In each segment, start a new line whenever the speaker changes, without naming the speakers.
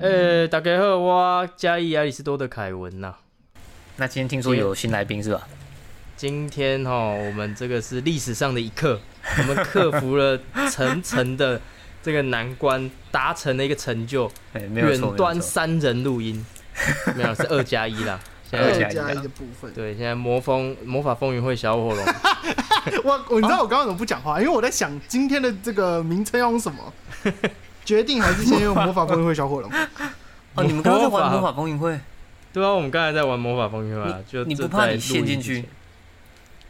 呃，大家好，我嘉义亚里士多的凯文呐、
那今天听说有新来宾是吧？
今天哈，我们这个是历史上的一刻，我们克服了层层的这个难关，达成了一个成就。
哎，没有
远
错，没有
端
错。
三人录音，没有是二加一啦。现
二
在
加一
加一的部分。
对，现在魔风魔法风云会小火龙，
我我你知道我刚刚怎么不讲话？因为我在想今天的这个名称要用什么，决定还是先用魔法风云会小火龙。
哦，你们刚刚在
魔
玩
法
魔法风云会，
对啊，我们刚才在玩魔法风云会啊，就
你
就
不怕
在
你陷
录音
进
之
去
前？？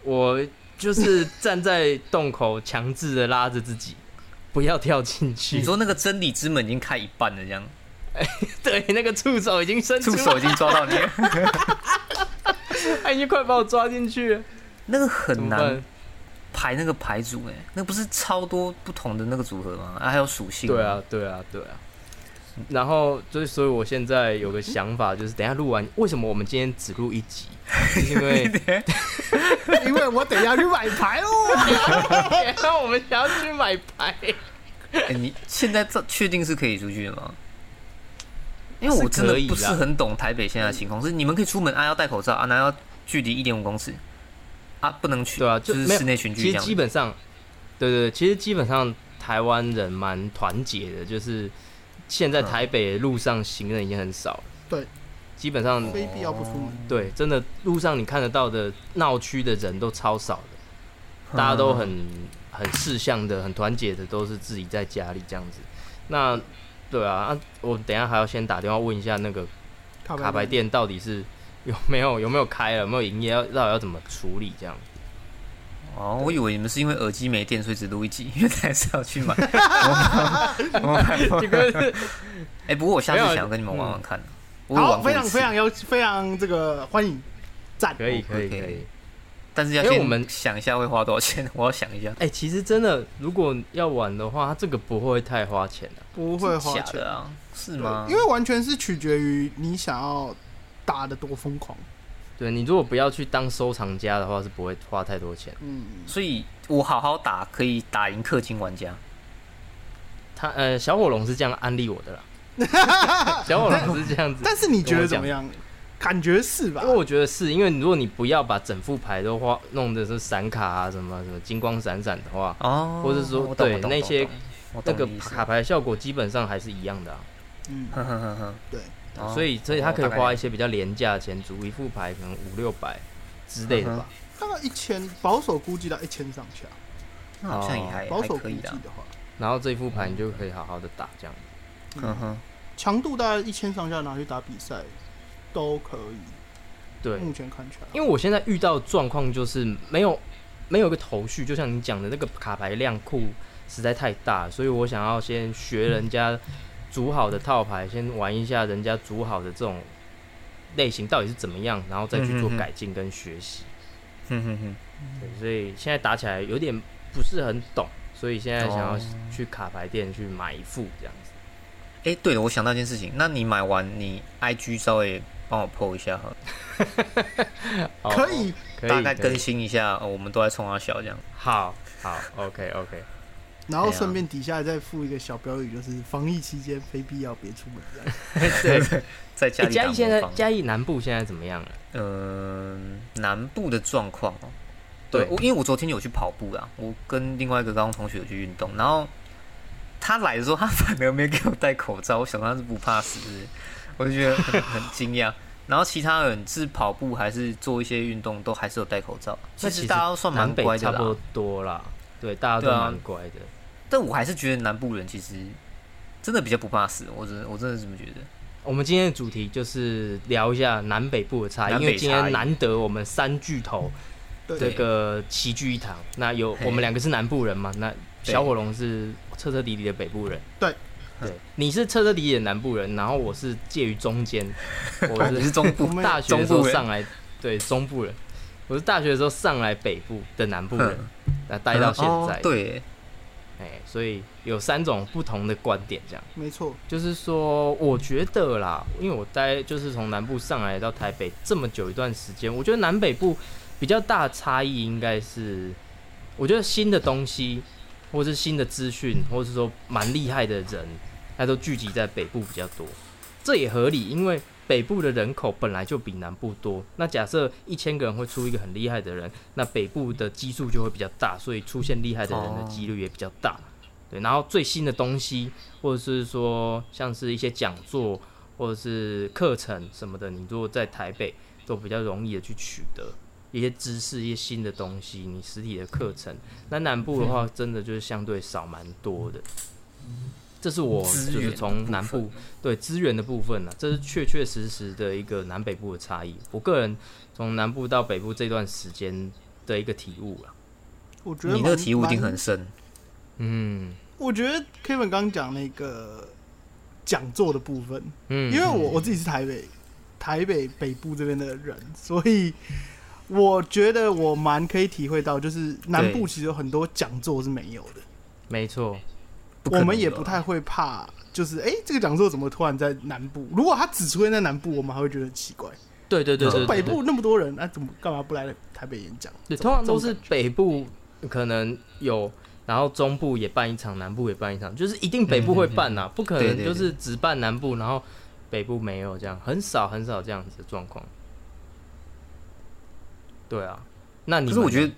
我就是站在洞口，强制的拉着自己不要跳进去。
你说那个真理之门已经开一半了，这样
对，那个触手已经伸出
触
来
手已经抓到 你了，
他已经快把我抓进去了，
那个
怎
很
么
难
办？
排那个牌组哎，那不是超多不同的那个组合吗？啊，还有属性。
对啊，，对啊，对啊。然后，所以，所以我现在有个想法，就是等一下录完，为什么我们今天只录一集？就是因 为
因为我等一下去买牌哦。
然后我们想要去买牌。
哎，你现在这确定是可以出去的吗？因为我
是
真
可
的
以
不是
啦
很懂台北现在的情况，是你们可以出门啊，要戴口罩啊，那要距离一点五公尺啊，不能群
对啊
就
就是没有
室内群聚
其
这
实
样
基
子。
本上，对对对，其实基本上台湾人蛮团结的，就是现在
嗯
台北路上行人已经很少了。
对，
基本上
非必要不出门。
对，真的路上你看得到的闹区的人都超少的，大家都很很识相的、很团结的，都是自己在家里这样子。那对啊，啊我等一下还要先打电话问一下那个
卡
卡牌店到底是有没有有没有开了，有没有营业，要到底要怎么处理这样。
哦，我以为你们是因为耳机没电，所以只录一集， 因为还是要去 买。哎、
这个啊
不过我下次
没有
想要跟你们玩玩看，啊我有玩
好，
啊
过
非
一
常
次
非常有非常这个欢迎，赞。
可以
可
可
以
以
可
可
以
以。
但是要
因为
先
我们
想一下会花多少钱，我要想一下。
哎、其实真的，如果要玩的话，它这个不会太花钱的、
不会花
假
钱
的啊？是
对
吗？
因为完全是取决于你想要打的多疯狂。
对你如果不要去当收藏家的话，是不会花太多钱。
嗯，
所以我好好打可以打赢氪金玩家。
他呃，小火龙是这样安利我的啦。 小火龙是这样子，
但是你觉得怎么样？感觉是吧
因？为我觉得是因为如果你不要把整副牌都花弄的是闪卡啊什么什么金光闪闪的话，
哦，
或者说
我懂
对
我懂
那
懂
些
懂我
那
懂
个
你意思
卡牌效果基本上还是一样的啊。
嗯，
哼哼哼哼
对
哦
所以所以他可以
我大概
花一些比较廉价的钱组一副牌，可能五六百之类
嗯
的吧。
大概一千，保守估计到一千上下。
那好像也还
哦保
哎还
守估
可
计
以的。
的话，
然后这副牌你就可以好好的打这样。
嗯哼，
强度大概一千上下拿去打比赛都可以。
嗯
对，
目前看起来，
因为我现在遇到的状况就是没有没有一个头绪，就像你讲的那个卡牌量库实在太大，所以我想要先学人家组好的套牌，先玩一下人家组好的这种类型到底是怎么样，然后再去做
嗯嗯嗯
改进跟学习。
哼哼哼，
对，所以现在打起来有点不是很懂，所以现在想要
哦
去卡牌店去买一副这样子。
哎，对了，我想到一件事情，那你买完你 IG 稍微帮我 PO 一下哈，
哦
可，以，
可以
大概
可以
更新一下，哦我们都在冲他笑这样。
好好，OK OK，
然后
哎呀
顺便底下再附一个小标语，就是防疫期间非必要别出门这 样。
对。
在家
欸
里打
嘉义现
魔
在
方，
嘉义南部现在怎么样了？
嗯、南部的状况哦，对
对，
我因为我昨天有去跑步啦，我跟另外一个高中同学有去运动，然后他来的时候，他反而没给我戴口罩，我想他是不怕死是不是我就觉得很很惊讶。 然后其他人是跑步还是做一些运动，都还是有戴口罩。
那
其
其
实
实
大家都算蛮
南北
乖的
差不
啦
多，多啦。对，大家都
对啊
蛮乖的。
但我还是觉得南部人其实真的比较不怕死，我真的我真的是这么觉得。
我们今天的主题就是聊一下南北部的差异，
南
因
北
为今
差异
天难得我们三巨头
对
这个齐聚一堂。那有
嘿
我们两个是南部人嘛？那
对
小火龙是彻彻底底的北部人。
对，
对，你是彻彻底底的南部人，然后我是介于中 间，我
你
是
是中
我
部，
们
大学的时
中
候
部人
上来，对中部人，我是大学的时候上来北部的南部人
嗯，
那待到现在
哦。对，
哎，所以有三种不同的观点，这样
没错，
就是说，我觉得啦，因为我待就是从南部上来到台北这么久一段时间，我觉得南北部比较大的差异应该是，我觉得新的东西，或是新的资讯，或是说蛮厉害的人，他都聚集在北部比较多，这也合理，因为北部的人口本来就比南部多，那假设一千个人会出一个很厉害的人，那北部的基数就会比较大，所以出现厉害的人的几率也比较大。对，然后最新的东西，或者是说像是一些讲座或者是课程什么的，你如果在台北都比较容易的去取得一些知识、一些新的东西，你实体的课程，那南部的话真的就是相对少蛮多的。这是我
资
就
源
是
的
从南
部
部对资源的部分呢、啊这是确确实实的一个南北部的差异。我个人从南部到北部这段时间的一个体悟啊了、
我觉得
你那个
蛮
体悟一定
蛮
很深，
嗯
我觉得 Kevin 刚刚讲那个讲座的部分，
嗯，
因为我我自己是台北台北北部这边的人，所以我觉得我蛮可以体会到，就是南部
对
其实有很多讲座是没有的，
没错，
不可能
我们也
的啊
不太会怕。就是哎、这个讲座怎么突然在南部？如果它只出现在南部，我们还会觉得很奇怪。
对对对对，对
北
对
部那么多人，那、怎么干嘛不来台北演讲？
对，
这
通
种
常都
这
是
种感觉
北部可能有，然后中部也办一场，南部也办一场，就是一定北
嗯
部会办呐、不可
对
能
对
就是只办南部，然后北部没有这样，很少很少这样子的状况。对啊，那你
可是我觉
得
得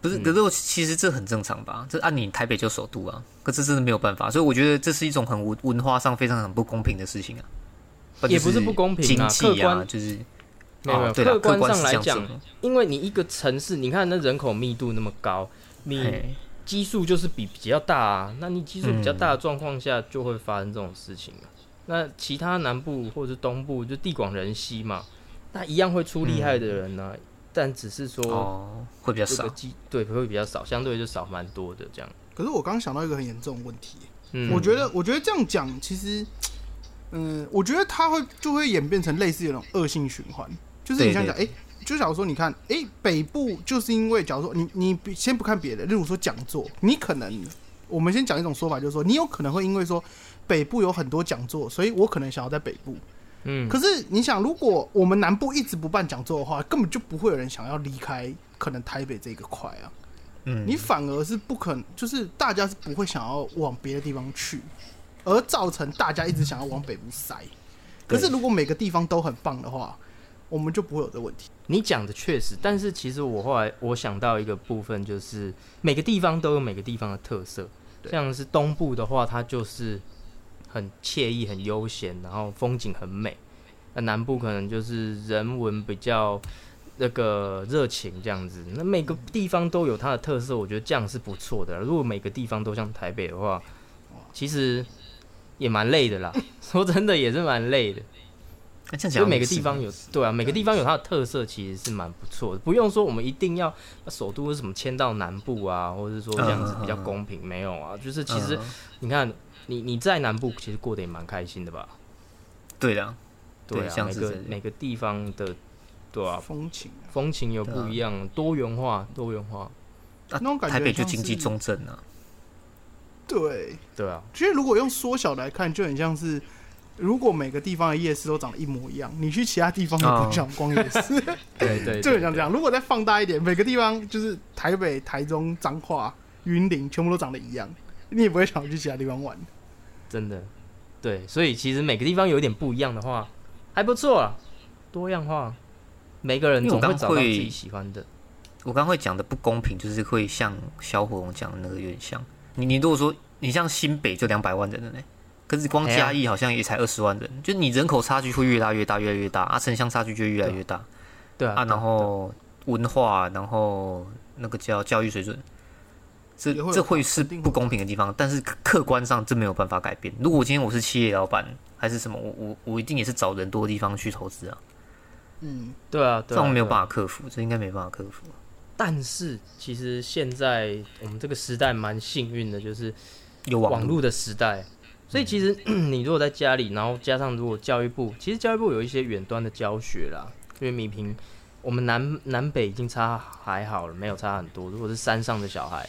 不是，
嗯
可是我其实这很正常吧？这按你台北就首都啊，可这真的没有办法，所以我觉得这是一种很文文化上非常很不公平的事情啊。
也不是不公平啊
经济
客
啊，
观
就是
没有没有
哦对啦
客观
客观
上来
是这
讲
样子
因为你一个城市，你看那人口密度那么高，你
嘿
基数就是比比较大啊，那你基数比较大的状况下，就会发生这种事情啊。那其他南部或者是东部，就地广人稀嘛，那一样会出厉害的人呢、但只是说
哦会比较
这
少
个。基对会比较少，相对就少蛮多的这样。
可是我刚想到一个很严重的问题，
嗯，
我觉得，我觉得这样讲其实，嗯，我觉得它会就会演变成类似有种恶性循环，就是你
对
想想，哎、就假如说你看，哎、北部就是因为假如说你你比先不看别的，例如说讲座，你可能我们先讲一种说法，就是说你有可能会因为说北部有很多讲座，所以我可能想要在北部。
嗯，
可是你想，如果我们南部一直不办讲座的话，根本就不会有人想要离开可能台北这个块啊。
嗯，
你反而是不肯，就是大家是不会想要往别的地方去，而造成大家一直想要往北部塞。可
对
是如果每个地方都很棒的话，我们就不会有这问题。
你讲的确实，但是其实我后来我想到一个部分，就是每个地方都有每个地方的特色，
对
像是东部的话，它就是很惬意、很悠闲，然后风景很美；那南部可能就是人文比较那个热情这样子。那每个地方都有它的特色，我觉得这样是不错的。如果每个地方都像台北的话，其实也蛮累的啦。 说真的，也是蛮累的。
那哎这样
就
讲，
每个地方有对啊，每个地方有它的特色，其实是蛮不错的。不用说我们一定要把首都是什么迁到南部啊，或者是说这样子比较公平，没有啊。就是其实
嗯
你看，你你在南部其实过得也蛮开心的吧？
对的，
对
对
啊，
像
每
是
个
这样
每个地方的对啊，
风情啊
风情有不一样，多元化，多元化，
啊
那种感觉
台北就
像是
经济重镇啊。
对，
对啊，
其实如果用缩小来看，就很像是。如果每个地方的夜市都长得一模一样，你去其他地方也
哦
不想逛夜市，
对 对，
就很像这样。如果再放大一点，每个地方就是台北、台中、彰化、云林，全部都长得一样，你也不会想要去其他地方玩。
真的对。所以其实每个地方有点不一样的话，还不错啊，多样化，每个人
因为
总
我
会
刚
找到自
会
己喜欢的。
我刚会讲的不公平，就是会像小火龙讲的那个有点像。你你如果说你像新北就两百万人了呢，可是光
哎呀
嘉义好像也才二十万人，就你人口差距会越拉越大，越来越大啊，城乡差距就越来越大
对啊
啊，，然后文化，然后那个叫教育水准，这
也会有
这会是
肯定会有
不公平的地方，但是客客观上这没有办法改变。如果今天我是企业老板还是什么，我我我一定也是找人多的地方去投资啊，
嗯，
对啊，
这
对啊
种没有
对啊
办法克服，这应该没办法克服。
但是其实现在我们这个时代蛮幸运的，就是
有网
网
络嗯
络的时代。所以其实、 你如果在家里，然后加上如果教育部，其实教育部有一些远端的教学啦，因为米平我们南南北已经差还好了，没有差很多。如果是山上的小孩，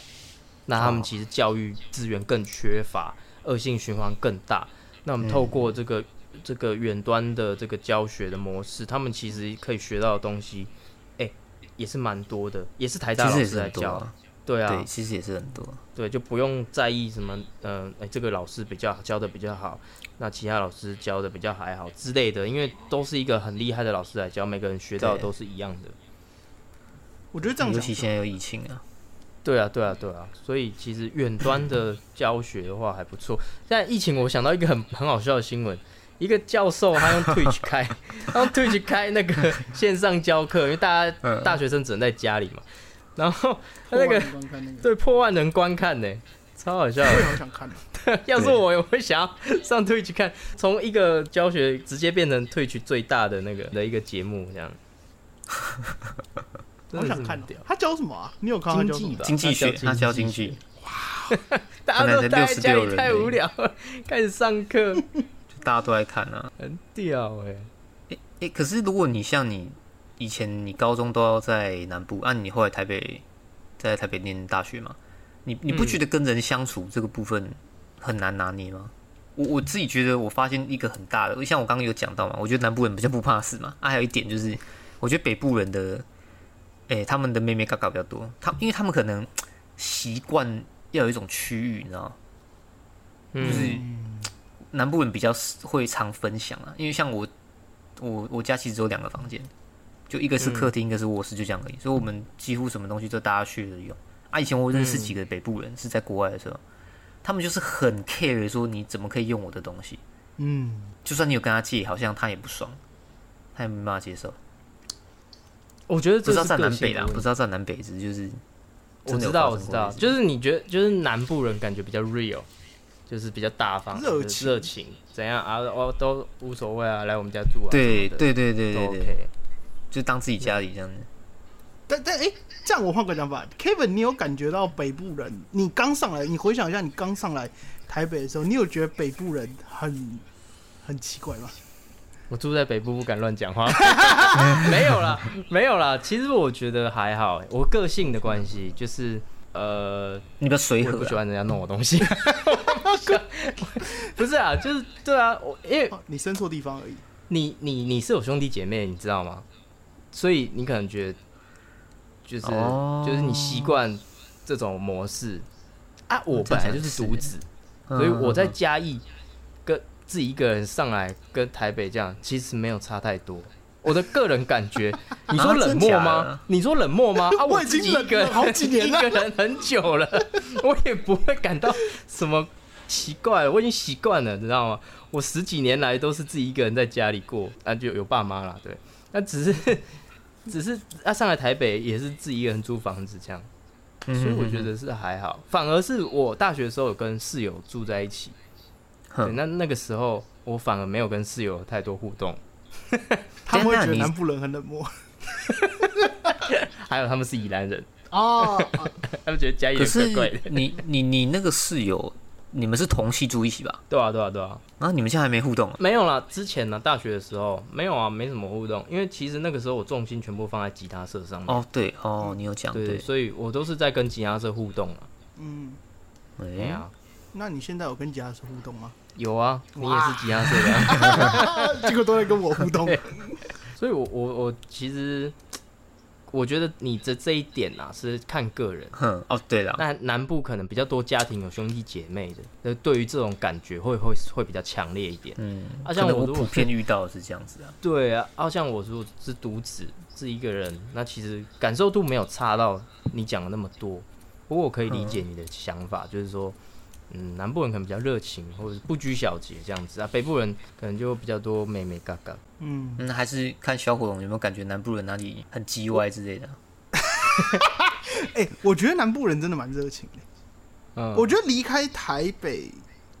那他们
哦
其实教育资源更缺乏，恶性循环更大。那我们透过这个、这个远端的这个教学的模式，他们其实可以学到的东西，哎、也是蛮多的，也是台大
其
老
实也
师
是
来
很多
教。
啊，
对啊，
对，其实也是很多。
对，就不用在意什么，呃，哎、这个老师比较教的比较好，那其他老师教的比较还好之类的，因为都是一个很厉害的老师来教，每个人学到的
对
都是一样的。
我觉得这样
尤
讲
其现在有疫情啊，
对啊，对啊，对啊，所以其实远端的教学的话还不错。现在疫情，我想到一个很很好笑的新闻，一个教授他用 Twitch 开， 他用 Twitch 开那个线上教课，因为大家
嗯
大学生只能在家里嘛，然后他那个
破万人观看那个，
对破万人观看呢、超好笑的。
我也好想看。啊
要是我，我会想要上 Twitch 看，从一个教学直接变成 Twitch 最大的那个的一个节目，这样。
我
真
想看
的是蛮屌
哦他教什么啊？你有看到他教什
经济
么？
吧，
经济学他教经
经
济，，
大家都
本
待
来
在
才
家
66
里
人
太
而已
无聊了，开始上课，
就大家都爱看啊。
很屌哎、
诶、诶可是如果你像你以前你高中都要在南部，按、你后来台北在台北念大学嘛，你你不
嗯
觉得跟人相处这个部分很难拿捏吗？我我自己觉得，我发现一个很大的，像我刚刚有讲到嘛，我觉得南部人比较不怕死嘛。啊，还有一点就是，我觉得北部人的，诶、他们的妹妹嘎嘎比较多，他因为他们可能习惯要有一种区域，你知道吗？
嗯，
南部人比较会常分享啊，因为像我，我我家其实只有两个房间，就一个
嗯
是客厅，一个是卧室，就这样而已。所以我们几乎什么东西都大家去了用。啊，以前我认识
嗯
几个北部人、是在国外的时候，他们就是很 care 说你怎么可以用我的东西，
嗯，
就算你有跟他借，好像他也不爽，他也没办法接受。
我觉得
不
这
知
是
道在
个
南
性
北
的
啦，
问
不
题。啊
知道在南北，只是就是
我
真的
知
有
道，
发
我
生
知
过
道，
类似
就是你觉得，就是南部人感觉比较 real，就是比较大方、就
热
是
情
热情，怎样啊？哦，都无所谓啊，来我们家住啊，什
对
么的
对对对
都
对对，
OK。啊
就当自己家里这样子。
但但哎、这样我换个讲法，Kevin，你有感觉到北部人？你刚上来，你回想一下，你刚上来台北的时候，你有觉得北部人很很奇怪吗？
我住在北部，不敢乱讲话。没有啦，没有啦。其实我觉得还好欸、我个性的关系就是。呃，
你比较
我
随
也
和
不喜
啊，
欢人家弄我东西， 不是啊，就是对啊，我因为
哦，你生错地方而已。
你你你是有兄弟姐妹，你知道吗？所以你可能觉得就是、
哦
就是你习惯这种模式啊。我本来就是独子，
嗯
所以我在
嗯
嘉义跟自己一个人上来跟台北这样，其实没有差太多。我的个人感 觉，
嗯
你
啊
说冷漠
啊真假的
吗？你说冷漠吗？啊，
我
我
已
自
经
己一个人
冷了好几年了
一个人很久了， 我也不会感到什么奇怪了，我已经习惯了，你知道吗？我十几年来都是自己一个人在家里过，啊，就有爸妈啦，对，那只是 只是啊，上来台北也是自己一个人租房子这样。
嗯
所以我觉
嗯
得是还好，反而是我大学的时候有跟室友住在一起，
嗯哼
对，那那个时候我反而没有跟室友有太多互动，
他们会觉
那
得
你
南部人很冷漠
还有他们是宜兰人，
哦，
他们觉得家里
可
人
是
怪怪的，
你你你那个室友，你们是同系住一起吧？
对啊对啊对啊，
然后你们现在还没互动啊？
没有啦，之前呢大学的时候没有啊，没什么互动，因为其实那个时候我重心全部放在吉他社上面，
哦，对哦，你有讲
嗯对
对，
所以我都是在跟吉他社互动啊，
嗯，
对
哎，
啊，
那你现在有跟其他人互动吗？
有啊，你也是吉他社的、啊。
结果都在跟我互动。
所以我，我我其实我觉得你的这一点啊，是看个人。
哼，哦对了，
那南部可能比较多家庭有兄弟姐妹的，那对于这种感觉会会会比较强烈一点。
嗯，
啊
可
像
能
我
我
如果
普遍遇到的是这样子啊，
对啊，啊像我如果是独子，是一个人，那其实感受度没有差到你讲的那么多。不过我可以理解你的想法，就是说，嗯，南部人可能比较热情，或者是不拘小节这样子啊，北部人可能就比较多妹妹嘎嘎。
嗯，
嗯，还是看小火龙有没有感觉南部人哪里很叽歪之类的啊。
哎、我觉得南部人真的蛮热情的。
嗯，
我觉得离开台北，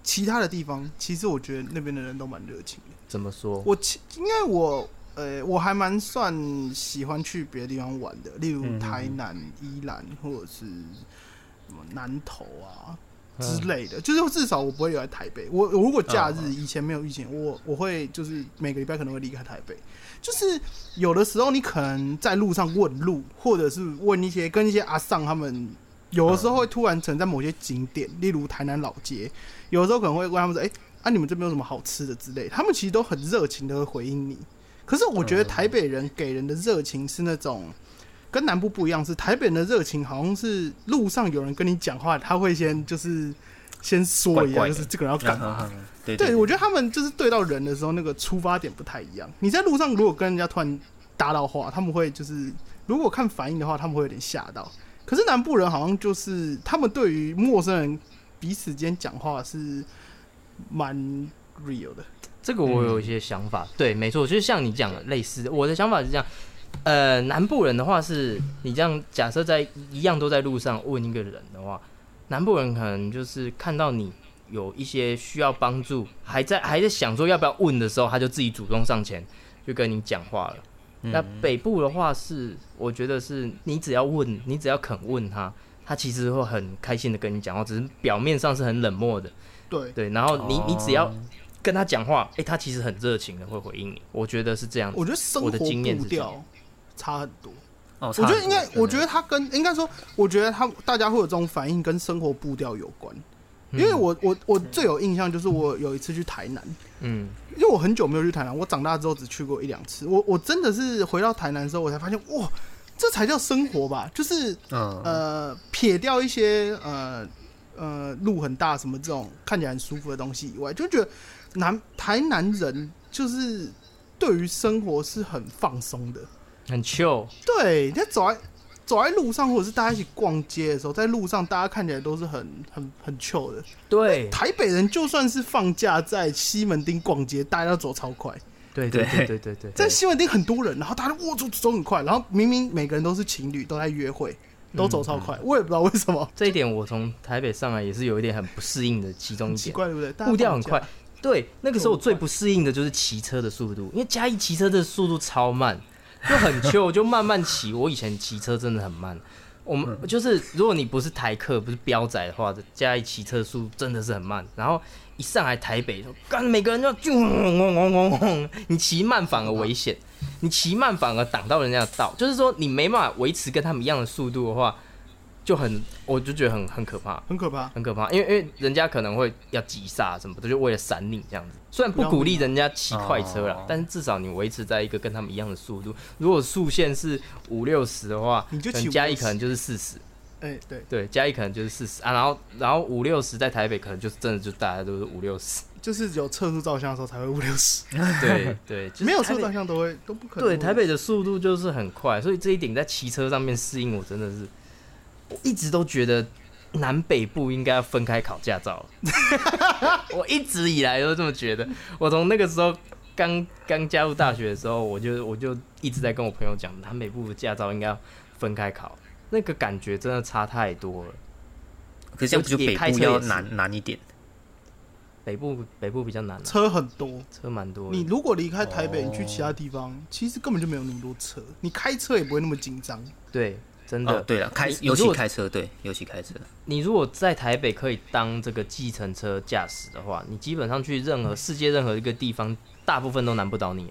其他的地方，其实我觉得那边的人都蛮热情的。
怎么说？
我其因为我呃，我还蛮算喜欢去别的地方玩的，例如
嗯嗯嗯
台南、宜兰或者是什么南投啊之
嗯
类的，就是至少我不会留在台北。我我如果假
嗯
日以前没有疫情，我我会就是每个礼拜可能会离开台北。就是有的时候你可能在路上问路，或者是问一些跟一些阿尚他们有的时候会突然成在某些景点，例如台南老街，有的时候可能会问他们说：“哎、啊，你们这边有什么好吃的之类。”他们其实都很热情的会回应你。可是我
嗯
觉得台北人给人的热情是那种跟南部不一样，是台北人的热情好像是路上有人跟你讲话，他会先就是先说
怪
一下，
怪的
就是这个人要干嘛。
嗯嗯嗯对
对，我觉
得
得他们就是对到人的时候，那个出发点不太一样。你在路上如果跟人家突然搭到话，他们会就是如果看反应的话，他们会有点吓到。可是南部人好像就是他们对于陌生人彼此间讲话是蛮 real 的，
这个我有一些想法，对，没错，就是像你讲的类似的，我的想法是这样。呃，南部人的话是，你这样假设在一样都在路上问一个人的话，南部人可能就是看到你有一些需要帮助，还在还在想说要不要问的时候，他就自己主动上前就跟你讲话了。那北部的话是，我觉得是你只要问，你只要肯问他，他其实会很开心的跟你讲话，只是表面上是很冷漠的，
对，
对。然后
哦
你你只要跟他讲话，诶，他其实很热情的会回应你，我觉得是这样子。
我觉得生活
我的经验
步
是这样
调差很多。
我
我觉得应该，我觉得他跟应该说，我觉得他大家会有这种反应，跟生活步调有关。因为我我我最有印象就是我有一次去台南，
嗯，
因为我很久没有去台南，我长大之后只去过一两次。我我真的是回到台南之后，我才发现，哇，这才叫生活吧！就是
嗯
呃，撇掉一些呃呃路很大什么这种看起来很舒服的东西以外，就觉得南台南人就是对于生活是很放松的。
很 chill，
对，在走在走在路上，或者是大家一起逛街的时候，在路上大家看起来都是很很很 chill 的。
对
台北人就算是放假在西门町逛街，大家都走超快。
对
对
对对对对对，
在西门町很多人，然后大家都哇走走很快，然后明明每个人都是情侣，都在约会，都走超
嗯
快，我也不知道为什么，
这一点我从台北上来也是有一点很不适应的其中一
奇
点。
怪对不对？大家
步调很
放假
快，。对，那个时候我最不适应的就是骑车的速度，因为嘉义骑车的速度超慢，就很 chill，就慢慢骑。我以前骑车真的很慢，我们就是如果你不是台客，不是标仔的话，嘉义骑车速度真的是很慢。然后一上来台北，干每个人就轰轰轰轰轰，你骑慢反而危险，你骑慢反而挡到人家的道，就是说你没办法维持跟他们一样的速度的话，就很我就觉得很很可怕。
很可怕。
很可怕，因为因为人家可能会要急刹什么的，就为了闪你这样子。虽然不鼓励人家骑快车
哦
啦，但是至少你维持在一个跟他们一样的速度。如果速限是五六十的话，
你就骑
可能
50
嘉义可能就是四十，
哎、对，
对，嘉义可能就是四十啊。然后然后五六十在台北可能就是真的就大家都是五六 十，
就是有测速照相的时候才会五六十，
对对，就是
没有
台
测
北
速照相都会都不可能。
对台北的速度就是很快，所以这一点在骑车上面适应我真的是，我一直都觉得南北部应该要分开考驾照了 我一直以来都这么觉得。我从那个时候刚刚加入大学的时候，我就我就一直在跟我朋友讲，南北部的驾照应该要分开考，那个感觉真的差太多了。
可是这样不就北
开
部
车也
要
是
难难一点？
北部北部比较难啊、
车很多，
车蛮多的。
你如果离开台北，
哦
你去其他地方，其实根本就没有那么多车，你开车也不会那么紧张。
对真的、
哦，对了，开
你
尤
你如
其
果
开车，对，尤其开车，
你如果在台北可以当这个计程车驾驶的话，你基本上去任何世界任何一个地方，大部分都难不倒你，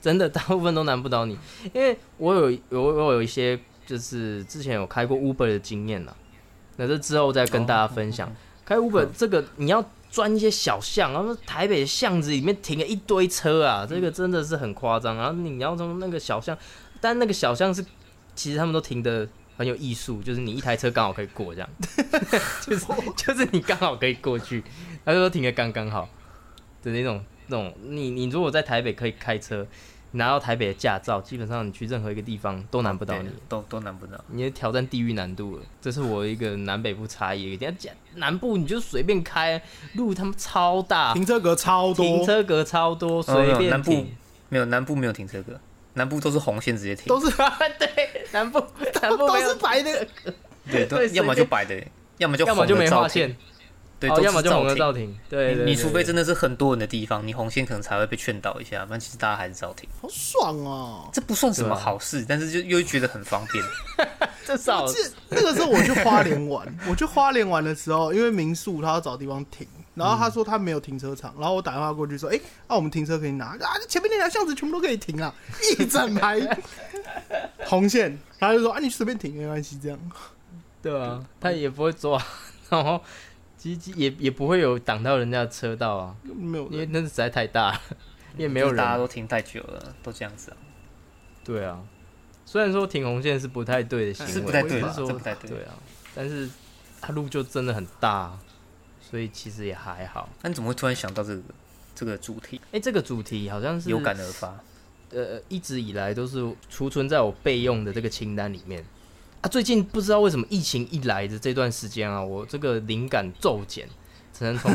真的大部分都难不倒你。因为我有我我有一些就是之前有开过 Uber 的经验啦，那这之后再跟大家分享。开 Uber 这个你要钻一些小巷，然后台北的巷子里面停了一堆车啊，这个真的是很夸张。然后你要从那个小巷，但那个小巷是其实他们都停的很有艺术，就是你一台车刚好可以过这样， 就是就是你刚好可以过去，他就说停的刚刚好的那种那种。你你如果在台北可以开车，你拿到台北的驾照，基本上你去任何一个地方都难不到
对
你。
都都难不倒。
你也挑战地域难度了，这是我一个南北部差异。人家南部你就随便开，路他妈超大，
停车格超多，
啊停车格超多，
哦没
随
有
便
南部
停。
没有南部没有停车格，南部都是红线直接停，
都是
对，南 部南部
都
没
是
有，
白的，
对，都
对
要么
随便
就白的，要么就
要么就
红的
没
照
划
片，
线，
对，
哦
都
要
是
么就红的照
照
停。对，
停。
对
你
对
你除非
对
真的是很多人的地方，你红线可能才会被劝导一下，不然其实大家还是照停。
好爽哦、
这不算什
对
么
啊
好事，但是就又觉得很方 便。
至少
我记得那个时候我去花莲玩， 我去花莲玩的时候，因为民宿他要找地方停，然后他说他没有停车场，然后我打电话过去说，哎、那、我们停车可以拿啊，前面那条巷子全部都可以停啊， 一整排红线，他就说啊，你随便停没关系，这样
对啊，他也不会抓，然后机机也也不会有挡到人家的车道啊，
没有
因
人
为那实在太大了，也没有
就是大家
人。
都停太久了，都这样子啊，
对啊，虽然说停红线是不太对的行为，
是不太对
只
吧？
是
这
说
不太对。
对啊，但是它路就真的很大，所以其实也还好。
那你怎么会突然想到这个这个主题？
哎、这个主题好像是
有感而发，
呃，一直以来都是储存在我备用的这个清单里面啊。最近不知道为什么疫情一来的这段时间啊，我这个灵感骤减，只能 从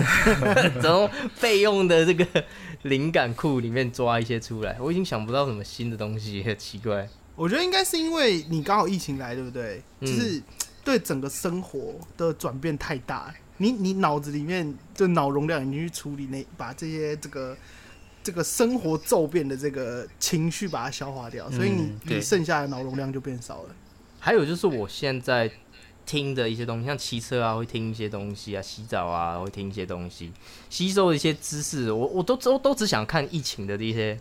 从备用的这个灵感库里面抓一些出来。我已经想不到什么新的东西，很奇怪。
我觉得应该是因为你刚好疫情来，对不对？
嗯
就是对整个生活的转变太大、欸你你脑子里面就脑容量已经去处理那把这些这个这个生活骤变的这个情绪把它消化掉，所以你
嗯对
你剩下的脑容量就变少了。
还有就是我现在听的一些东西，像骑车啊，会听一些东西啊；洗澡啊，会听一些东西，吸收一些知识。我我都都都只想看疫情的一些，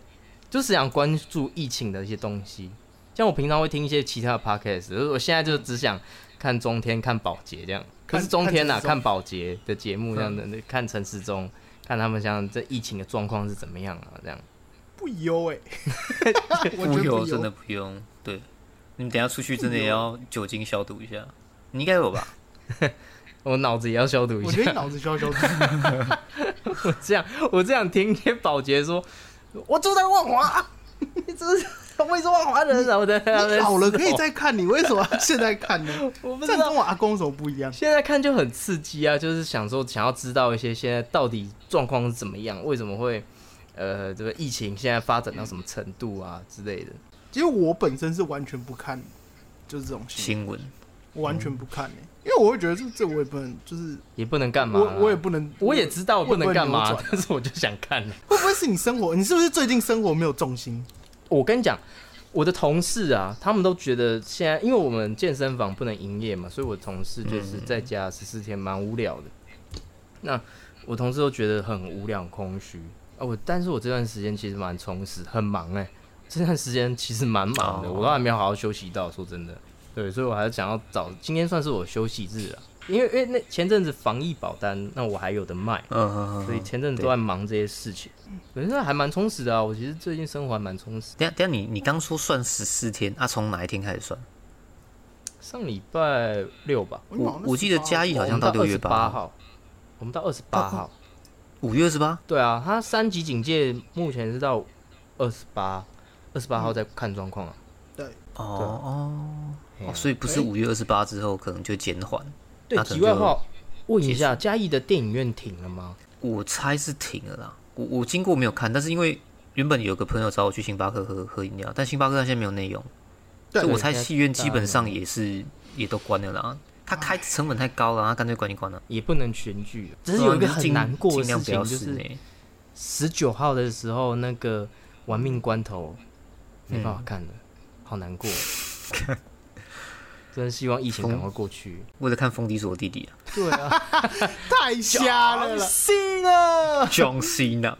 就是想关注疫情的一些东西。像我平常会听一些其他的 podcast，就是我现在就只想看中天、看保洁这样。可
看
是中天呐、啊，
看陈时中
看保洁的节目这样的，
嗯
看陈时中，看他们像这疫情的状况是怎么样啊？这样
不优哎、我觉
不
得
用，
不
真的
优。
不用。对，你等一下出去真的也要酒精消毒一下，你应该有 吧？
我脑子也要消毒一下。
我觉得你脑子需要消毒。
我这样，我这样听见保洁说，我住在万华， 你这是我也是万华人，然后在那
你
边
老
死
了可以
吼，
再看，你为什么现在看呢？
我不知
这样
道
跟。我阿公有什么不一样？
现在看就很刺激啊，就是想说想要知道一些现在到底状况是怎么样，为什么会呃这个疫情现在发展到什么程度啊之类的。
其实我本身是完全不看，就是这种新闻
新闻
我完全不看欸因为我会觉得这这我也不能，就是
也不能干嘛、啊
我我也不能，
我也知道我不能干
我也
嘛
不会，啊
但是我就想看啊了。
会不会是你生活？你是不是最近生活没有重心？
我跟你讲，我的同事啊，他们都觉得现在，因为我们健身房不能营业嘛，所以我同事就是在家十四天蛮无聊的。那我同事都觉得很无聊、很空虚啊。我但是我这段时间其实蛮充实，很忙哎、这段时间其实蛮忙的，
哦
我都还没有好好休息到。说真的，对，所以我还是想要找今天算是我休息日啊，因为因为那前阵子防疫保单，那我还有的卖。
嗯，嗯嗯
所以
嗯。
前阵子都在忙这些事情，可是还蛮充实的啊。我其实最近生活还蛮充实的
等一下等一下，你你刚说算十四天，啊，从哪一天开始算？
上礼拜六吧，
我我记得嘉义好像到
我
六
们
月
到八
八，
号，哦我们到二十八号。
五月二十八，
对啊，他三级警戒目前是到二十八，二十八号再看状况啊。
哦哦
嘿啊
哦，所以不是
哎
五月二十八之后可能就减缓，
对，
那可能
题外话，问一下，嘉义的电影院停了吗？
我猜是停了啦。我我经过没有看，但是因为原本有个朋友找我去星巴克喝喝饮料，但星巴克它现在没有内容，
对
所以我猜
现在
戏院
大
基本上
家
也是也都关了啦。它开成本太高了，它干脆关一关了。
也不能群聚，只
只
啊是有一个很难过的
尽
事
量不
情，
要
就
室
是
内。
十九号的时候那个玩命关头没办法看了，好难 过。真希望疫情赶快过去。
为了看《风笛是我弟弟》啊
对 啊，
太瞎了啦！
信 啊！
，John Cena。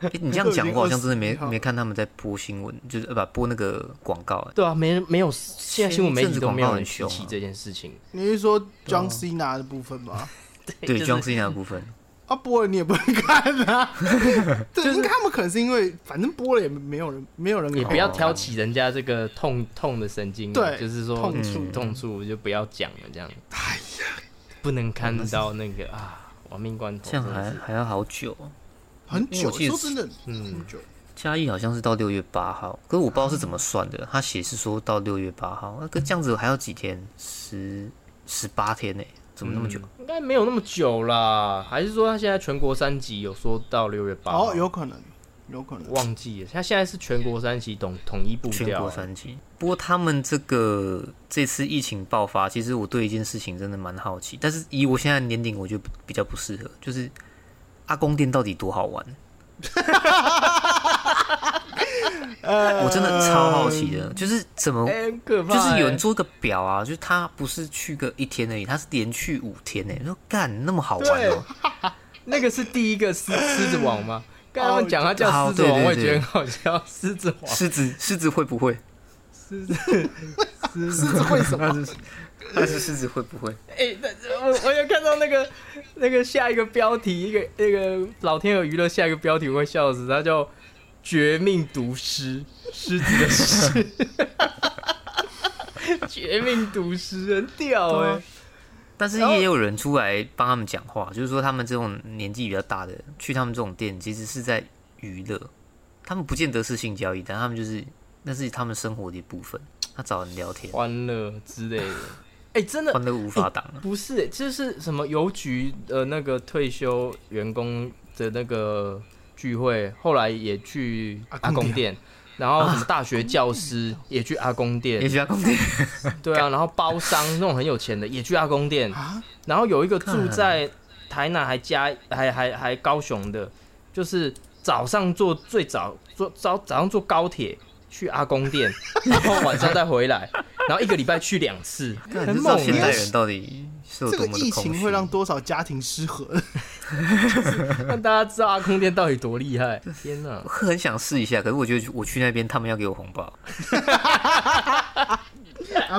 诶你这样讲，我好像真的没
都已经21
没看他们在播新闻，就是呃不播那个广告、欸。
对啊，没人没有，现在新闻媒体都没有人提
前一阵子广告很
起
凶啊
这件事情。
你是说 John
嗯
Cena 的部分吗？
对、
就是
John Cena 的部分，
啊，播了你也不能看 啊。对，应该他们可能是因为反正播了也没有人，没有人
也
看
不
哦
要挑起人家这个痛痛的神经，
对
就是说
痛
处
嗯痛处就不要讲了，这样。哎呀，不能看到那个啊，亡命关头，
这样
真的
还
是
还要好久、哦。
很
因为
久，
我记得
说
是
真的，
嗯
很久。
嘉义好像是到六月八号，可是我不知道是怎么算的。他写是说到六月八号，那啊可这样子还要几天？十十八天呢、怎么那么久？
应该没有那么久啦。还是说他现在全国三级有说到六月八？
哦，有可能，有可能。
忘记了，他现在是全国三级统统一步
全
调啊
国，三级。不过他们这个这次疫情爆发，其实我对一件事情真的蛮好奇，但是以我现在的年龄，我觉得不比较不适合，就是阿公店到底多好 玩？
呃
我真的超好奇的，就是怎么。
哎很可怕
就
欸。
是有人做一个表啊，就是他不是去个一天而已，他是连续五天欸呢、我说干那么好玩哦、
那个是第一个狮狮子王吗？刚刚讲他叫
好
狮子王，
对对
我也觉得很好笑。狮子王，
狮子狮子会不会？
狮子
狮
狮子会 什么？
那是那是狮子会不会？
哎、那我 我有看到那个那个下一个标题，一个那个老天鹅娱乐下一个标题我会笑死，它叫《绝命毒师》，狮子的狮，绝命毒师很屌哎、
对但是也有人出来帮他们讲话，就是说他们这种年纪比较大的去他们这种店，其实是在娱乐，他们不见得是性交易，但他们就是那是他们生活的一部分。他找人聊天，
欢乐之类的。哎、真的
欢乐无法挡啊！
不是、哎就是什么邮局的那个退休员工的那个聚会，后来也去
阿公
阿公
店
店，然后什么大学教师也去阿公店
哎
也，许他公店
对啊，然后包商那种很有钱的也去阿公店，
啊，
然后有一个住
看
在台南还加还还还高雄的，就是早上坐最早坐早早上坐高铁去阿公 店，然后晚上再回来，然后一个礼拜去两次，
干
很
你知道
猛
现
欸
代人到底是有
啊这
多
个
么
疫
的空
情
虚
会？让多少家庭失和？
让大家知道阿公店到底多厉害。天哪、
我很想试一下，可是我觉得我去那边他们要给我 红包，
阿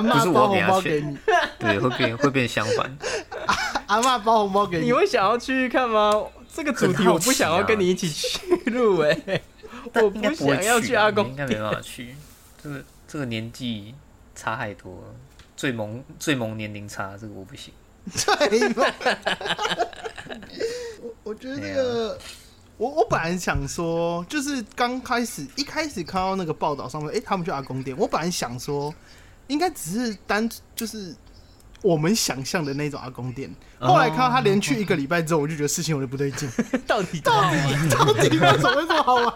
不
妈
是我
包
给
红
他
包
钱
给你，
对，会变会变相 反。
阿妈包红包给
你
你。
会想要去看吗？这个主题
很好
我不想要
奇啊
跟你一起去录哎、
但
我
应该
不
不会
想要
去
去
啊
阿
你应
公
该没办法去。这个这个年纪差太多了，最萌最萌年龄差，这个我不行。
对吧？我我觉得这个，我我本来想说，就是刚开始一开始看到那个报道上面，哎、他们去阿公店，我本来想说，应该只是单就是我们想象的那种阿公店。后来看到他连去一个礼拜之后，我就觉得事情有点不对劲，
到底
到底 到底为什么会这么好玩？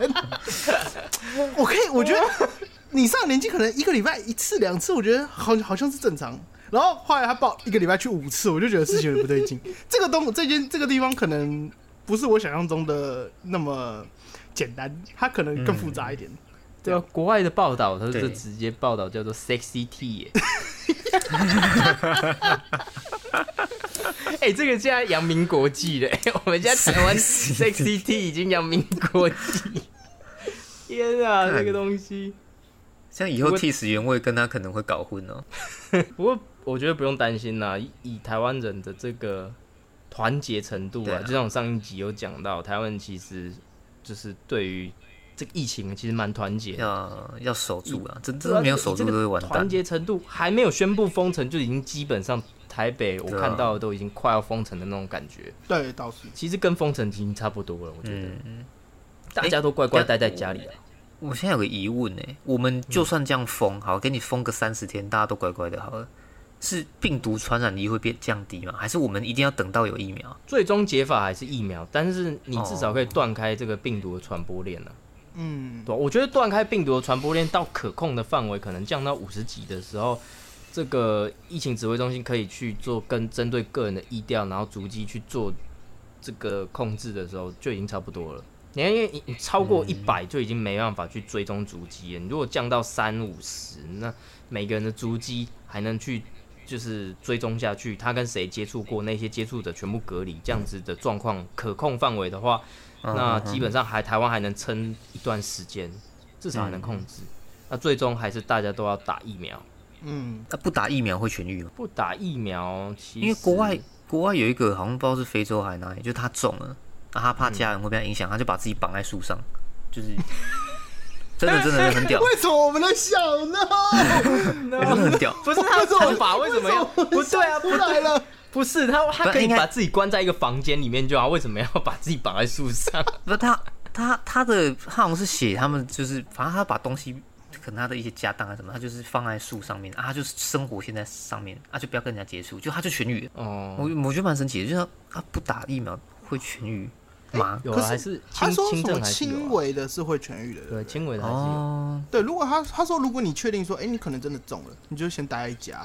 我可以，我觉得你上年纪可能一个礼拜一次两次，我觉得好好像是正常。然后后来他报一个礼拜去五次，我就觉得事情有点不对劲。这个东这间这个地方可能不是我想象中的那么简单，它可能更复杂一点。
对啊，国外的报道，它就
对
直接报道叫做 sexy T 耶、哎、这个现在扬名国际了、 我们家台 湾 sexy T 已经扬名国 际。天啊，
看
这个东西！
像以后
我
替死原位跟他可能会搞混哦。
不过我觉得不用担心啦，以以台湾人的这个团结程度
对
啊，
啊
就像我上一集有讲到，台湾其实就是对于这个疫情其实蛮团结的。
要要守住啊，真
对
真
啊
的没有
以
守
这
住
个
都会完蛋
团。结程度还没有宣布封城，就已经基本上台北我
对啊
看到的都已经快要封城的那种感觉。
对，倒是
其实跟封城已经差不多了，我觉得、
嗯，哎
大家都乖乖待在家里啊。
我现在有个疑问呢、我们就算这样
嗯
封，好，给你封个三十天，大家都乖乖的，好了。是病毒传染力会变降低吗？还是我们一定要等到有疫苗？
最终解法还是疫苗，但是你至
哦
少可以断开这个病毒的传播链了、啊，
嗯，
对吧我觉得断开病毒的传播链到可控的范围，可能降到五十几的时候，这个疫情指挥中心可以去做跟针对个人的疫调，然后逐级去做这个控制的时候，就已经差不多了。你看，因为你你超过一百就已经没办法去追踪足迹了。你如果降到三五十，那每个人的足迹还能去就是追踪下去，他跟谁接触过，那些接触者全部隔离，这样子的状况可控范围的话，
嗯
那基本上还台湾还能撑一段时间，至少还能控制。那最终还是大家都要打疫苗，
嗯，
那不打疫苗会痊愈吗？
不打疫苗，其实
因为国外国外有一个好像不知道是非洲还是哪里，就他中了，啊，他
嗯
怕家人会被他影响，他就把自己绑在树上，就是 真的真的很屌，
为什么我们在笑 呢？
真的很屌。
不是他的做法啊为什 么要不对啊？
出来了，
不是他，他
不
可以
应该
把自己关在一个房间里面就好，为什么要把自己绑在树上？
不是他他他的他好像是写他们就是，反正他把东西。可能他的一些家当啊什么，他就是放在树上面啊，他就是生活现在上面啊，就不要跟人家接触，就他就痊愈了。
哦，
我我觉得蛮神奇的，就是他啊不打疫苗会痊愈吗？
有
可
啊，
是
还是
他
轻
说
轻
什么
症还是有
轻
啊、
微的是会痊愈的，
对，轻微的还是有。
哦，
对，如果他他说如果你确定说，哎、你可能真的中了，你就先待在家。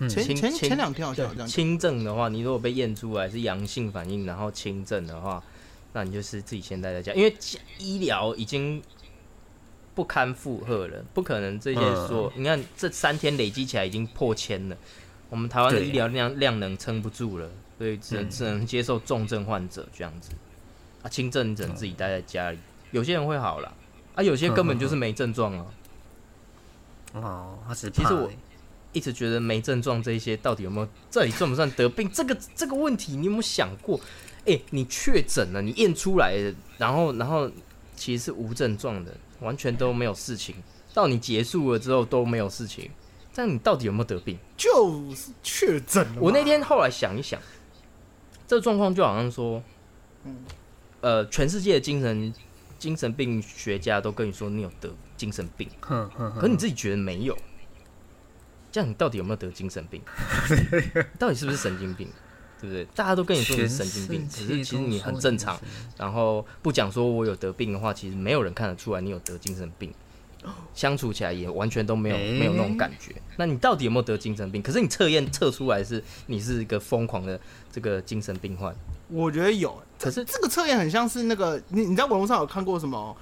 嗯
前
轻
前
轻
前两天好像有这样讲，
轻症的话，你如果被验出来是阳性反应，然后轻症的话，那你就是自己先待在家，因为医疗已经不堪负荷了，不可能这些
嗯
说，你看这三天累积起来已经破千了，我们台湾的
对嗯
医疗量量能撑不住了，所以只能、只能接受重症患者这样子，啊，轻症你只能自己待在家里，有些人会好
嗯
啊了，啊，有些根本就是没症状了。
哦，他只是
其
怕
实我
而已
一直觉得没症状这一些到底有没有这里算不算得病？这 个这个问题你有没有想过？哎、你确诊了，你验出来的，然后然后其实是无症状的，完全都没有事情，到你结束了之后都没有事情，但你到底有没有得病？
就是确诊了嘛。
我那天后来想一想，这状况就好像说，呃，全世界的精神精神病学家都跟你说你有得精神病，
哼哼
可
哼，
你自己觉得没有，这样你到底有没有得精神 病？到底是不是神经病？对不对？大家都跟你说你是神经病，可
全
是
世界
其实你很正常
都说。
然后不讲说我有得病的话，其实没有人看得出来你有得精神病，相处起来也完全都没有
诶
没有那种感觉。那你到底有没有得精神病？可是你测验测出来是你是一个疯狂的这个精神病 患，
我觉得有，
可是
这个测验很像是那个你你在网络上有看过什么？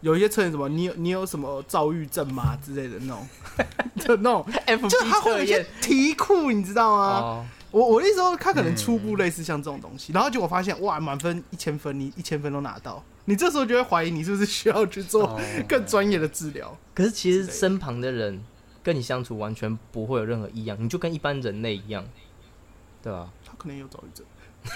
有一些测验什么，你有你有什么躁郁症吗之类的那种，就那种，
FB
就是它会有一些题库，你知道吗？
哦，
我我的意思说，他可能初步类似像这种东西，然后结果发现哇，满分一千分，你一千分都拿到，你这时候就会怀疑你是不是需要去做
哦
更专业的治疗。
可是其实身旁的人跟你相处完全不会有任何异样，你就跟一般人类一样，对吧、
他可能有躁郁症，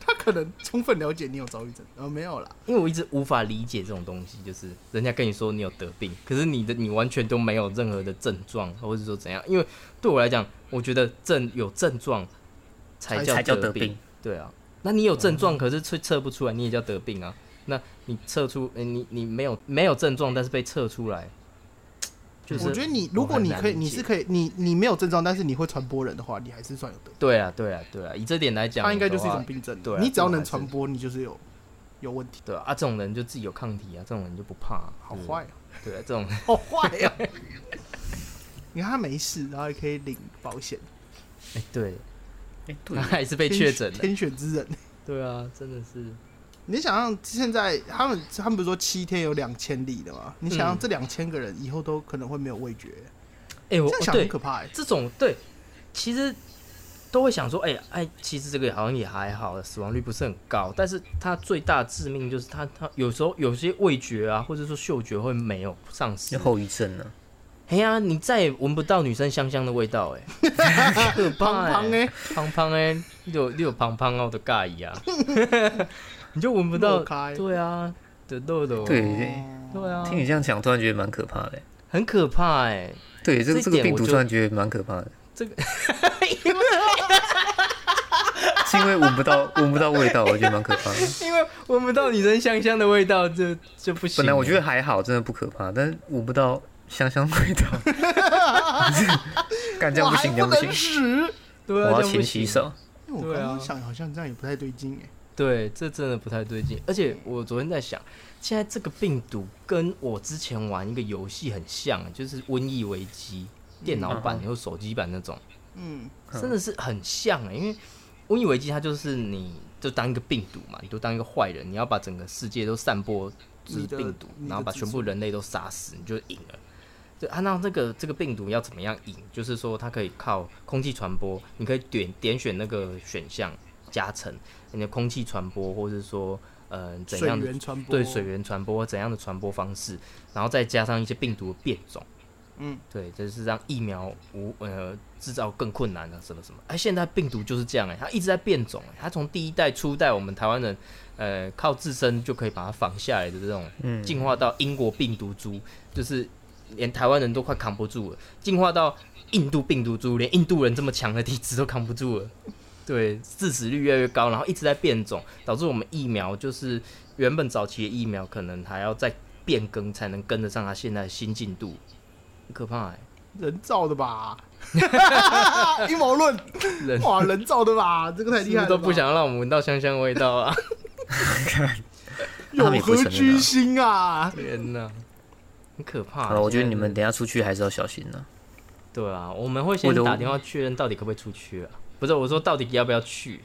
他可能充分了解你有躁郁症，呃，没有啦，
因为我一直无法理解这种东西，就是人家跟你说你有得病，可是你的你完全都没有任何的症状，或者说怎样？因为对我来讲，我觉得症有症状才叫
才叫
得
得病。
对啊，那你有症
嗯
状，可是测测不出来，你也叫得病啊。那你测出，呃你你没有没有症状，但是被测出来，就是
我觉得你如果你可以，
我很难理
你
解
是可以，你你没有症状，但是你会传播人的话，你还是算有得。
对啊对啊对啊，以这点来讲，
它应该就是一
我的
种
话
病症，
对啊
你只要能
这种还
传
是
播，你就是有有问题，
对啊啊，这种人就自己有抗体啊，这种人就不怕啊、
好
对不对
坏啊，
对啊，这种
好坏呀！ 你看他没事，然后还可以领保险，
哎对，
哎，对
他，还是被
天
确诊了。
天选之人。
对啊，真的是。
你想象现在他们他们不是说七天有两千例的吗？你想
嗯
象这两千个人以后都可能会没有味觉，
哎、我
这样
哦
想很
对
可怕哎。
这种对，其实都会想说，哎、哎，其实这个好像也还好，死亡率不是很高，但是它最大致命就是它它有时候有些味觉啊，或者说嗅觉会没有丧失
有。后遗症呢。
哎呀、你再也闻不到女生香香的味 道、哎，可怕、
胖胖
哎，
哎，
胖胖哎、你有你有胖胖哦的尬意啊，你就闻不到
抹开，
对啊的痘痘，
对，
对啊，
听你这样讲，突然觉得蛮可怕的。
很可怕哎、
对，这个
这
这
一
个
点
病
我
毒
就
突然觉得蛮可怕的。
这 个
是因为闻不到闻不到味道，我觉得蛮可怕 的。
因为闻不到女生香香的味道就就不行。
本来我觉得还好，真的不可怕，但是闻不到香香味道， 干这样
我
不
还
行，这样
不
不行
能，死。
对
我
啊，
要
这样不
勤
行
洗。手。
因哎为我
对啊
刚刚想好像这样也不太对劲哎。
对，这真的不太对劲。而且我昨天在想，现在这个病毒跟我之前玩一个游戏很像，就是《瘟疫危机》电脑版或手机版那种，
嗯，
嗯
真的是很像哎、因为《瘟疫危机》它就是你就当一个病毒嘛，你就当一个坏人，你要把整个世界都散播之
你的
病毒，
你的
然后把
指
全部
数
人类都杀死，你就赢了。对，按、照这个这个病毒要怎么样赢？就是说它可以靠空气传播，你可以点点选那个选项加成，你的空气传播，或是说呃怎
水
样的
源传播
对水源传播怎样的传播方式，然后再加上一些病毒的变种，
嗯，
对，就是让疫苗无呃制造更困难啊，什么什么。哎、现在病毒就是这样哎、它一直在变种、哎它从第一代初代我们台湾人呃靠自身就可以把它防下来的这种，
嗯
进化到英国病毒株，就是连台湾人都快扛不住了，进化到印度病毒株，连印度人这么强的体质都扛不住了。对，致死率越来越高，然后一直在变种，导致我们疫苗就是原本早期的疫苗可能还要再变更才能跟得上它现在的新进度，很可怕哎、
人造的吧？ 阴谋论，
人
哇，人造的吧？这个太
是
厉
不
害
是都
了，
不，想让我们闻到香香味道啊！
有何居心啊？
天哪，很可怕、啊
好了，我觉得你们
现在
等一下出去还是要小心呢。
对啊，我们会先
我的
打电话确认到底可不可以出去啊？不是，我说到底要不要去？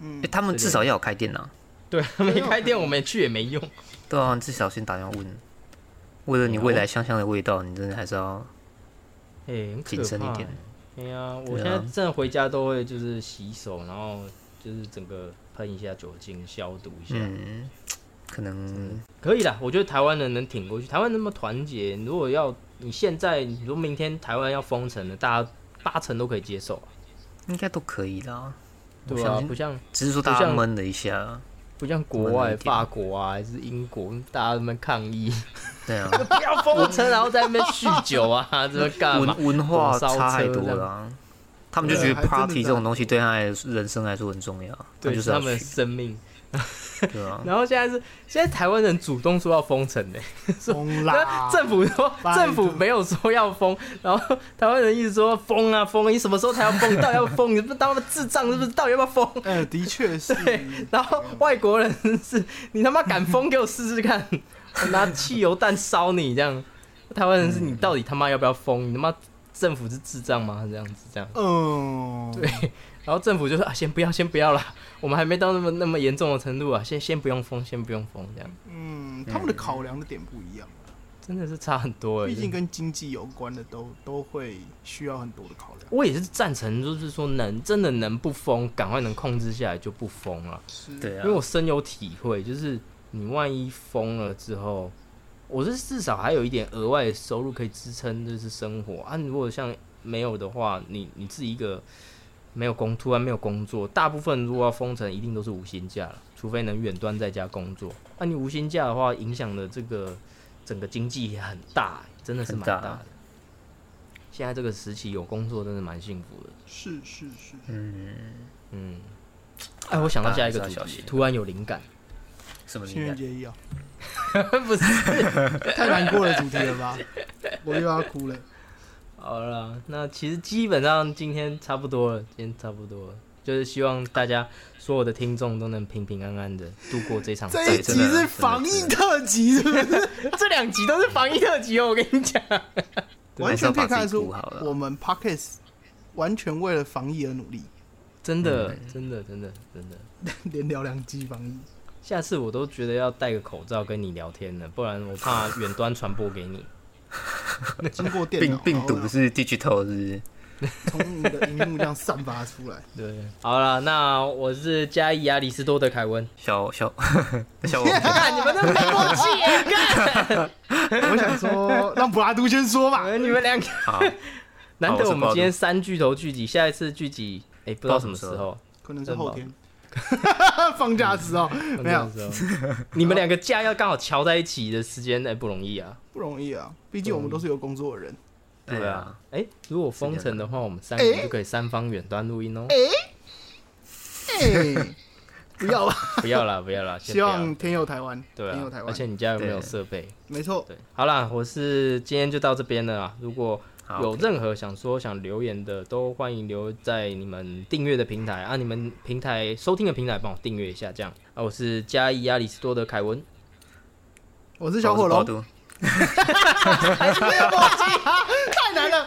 嗯
哎，，他们至少要有开店呐。
对，没开店我们也去也没用。
对啊，你至少先打电话问。为了你未来香香的味道，你真的还是要
哎、很可
谨慎一
怕
点
欸。哎呀，我
对
现
啊
在真的回家都会就是洗手，然后就是整个喷一下酒精消毒一下。
嗯，可能
可以啦，我觉得台湾人能挺过去。台湾那么团结，如果要你现在，你说明天台湾要封城了，大家八成都可以接受啊，
应该都可以啦。我
对啊，
相信
不像
只是说大
不
家
像
闷了一下，
不像国外法国啊，还是英国，大家在那边抗 议，
对啊，
不要封城，然后在那边酗酒啊，这边 干嘛？
文文化
火烧
差太
车
多
这样啊
了啊。他们就觉
对啊
得
还真的
party
这
这
样
种东西对他来说人生来说很重要，
对，
就是是要
他们的
去，
生命。
对 啊，
然后现在是现在台湾人主动说要封城的、
疯啦
那！政府说
拜托
政府没有说要封，然后台湾人一直说封啊封，你什么时候才要封？到底要不封？你不当他们智障是不是？到底要不要封？
呃，的确是，
对，然后外国人是，你他妈敢封给我试试看， 我拿汽油弹烧你这样。台湾人是你到底他妈要不要封？你他妈政府是智障吗？这样子这样，
嗯，
对。然后政府就说啊，先不要，先不要啦，我们还没到那么那么严重的程度啊，先先不用封，先不用封，这样
嗯，他们的考量的点不一样，
真的是差很多哎、
毕竟跟经济有关的都都会需要很多的考量。
我也是赞成，就是说能真的能不封，赶快能控制下来就不封了，
是，
对
因
啊
为，我深有体会，就是你万一封了之后，我是至少还有一点额外的收入可以支撑，就是生活啊。如果像没有的话，你你自己一个没有工，突然没有工作，大部分如果要封城，一定都是无薪假了，除非能远端在家工作。那、你无薪假的话，影响的这个整个经济也很大、真的是蛮
很大
大的。现在这个时期有工作真的蛮幸福的。
是是是，
嗯，
嗯，哎，我想到下一个
大家
主
还是
题，
要小心
突然有灵感，
什么
情
灵
人
感？
节一样，
不是？
太难过的主题了吧？ 我又要哭了。
好了，那其实基本上今天差不多了，今天差不多了，就是希望大家所有的听众都能平平安安的度过这场
这
战
一
争。
集是防疫特辑，是不是？
这两集都是防疫特辑哦，我跟你讲。
完全可以看得
还
出
是要把自己顾好了
我们 Pockets 完全为了防疫而努力，
真的，真的，真的，真的，
连聊两集 防疫。
嗯下次我都觉得要戴个口罩跟你聊天了，不然我怕远端传播给你。
经过电
病
脑
病毒
然后
是 digital 是不是？
从你的荧幕这样散发出来。
对，好了，那我是嘉义亚里士多的凯文。
小 小小我
看你们都没默契耶，
我想说，让布拉都先说 吧。
看哎你们两个。
好，
难得
好我是
我们
包
今天
子
三巨头聚集，下一次聚集，哎、不知道什么时
不知
候，
可能是后天， 放假的时候没有
不知道什么时候， 你们两个假要刚好瞧在一起的时间，哎、不容易啊。
不容易啊，毕竟我们都是有工作 的人。
对啊，，哎、如果封城的话，我们三个
哎
人就可以三方远端录音哦。
哎，不要吧，
不要啦，不要啦，先不
希
要
望天佑台湾，
对
天
啊
佑台，
而且
湾，
你家有没有
对
设备？
没错，
对，好啦，我是今天就到这边了啊。如果
好
有任何想说、想留言的，都欢迎留在你们订阅的平台啊，你们平台收听的平台帮我订阅一下，这样啊。我是嘉义亚里士多德凯文，
我是小火
包毒
龙，太难了。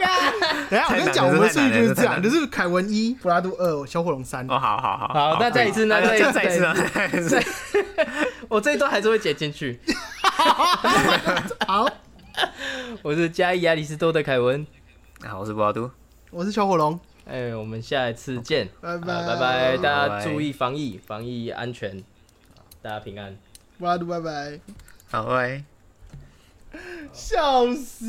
等一下我跟你讲，我们顺序就是这样，就是凯文一，布拉都二，小火龙三。
哦，好好好，
好那再一次那
哎
再一次
再一次啊，再一次
我这一段还是会剪进去。
好，
我是嘉义亚里士多德凯文，
好，我是包毒，
我是小火龙，
哎，我们下一次见，
拜
好
拜
拜拜，大
拜
家
拜
注意防疫，防疫安全，大家平安。
布拉都拜拜，
好，拜拜。
笑死。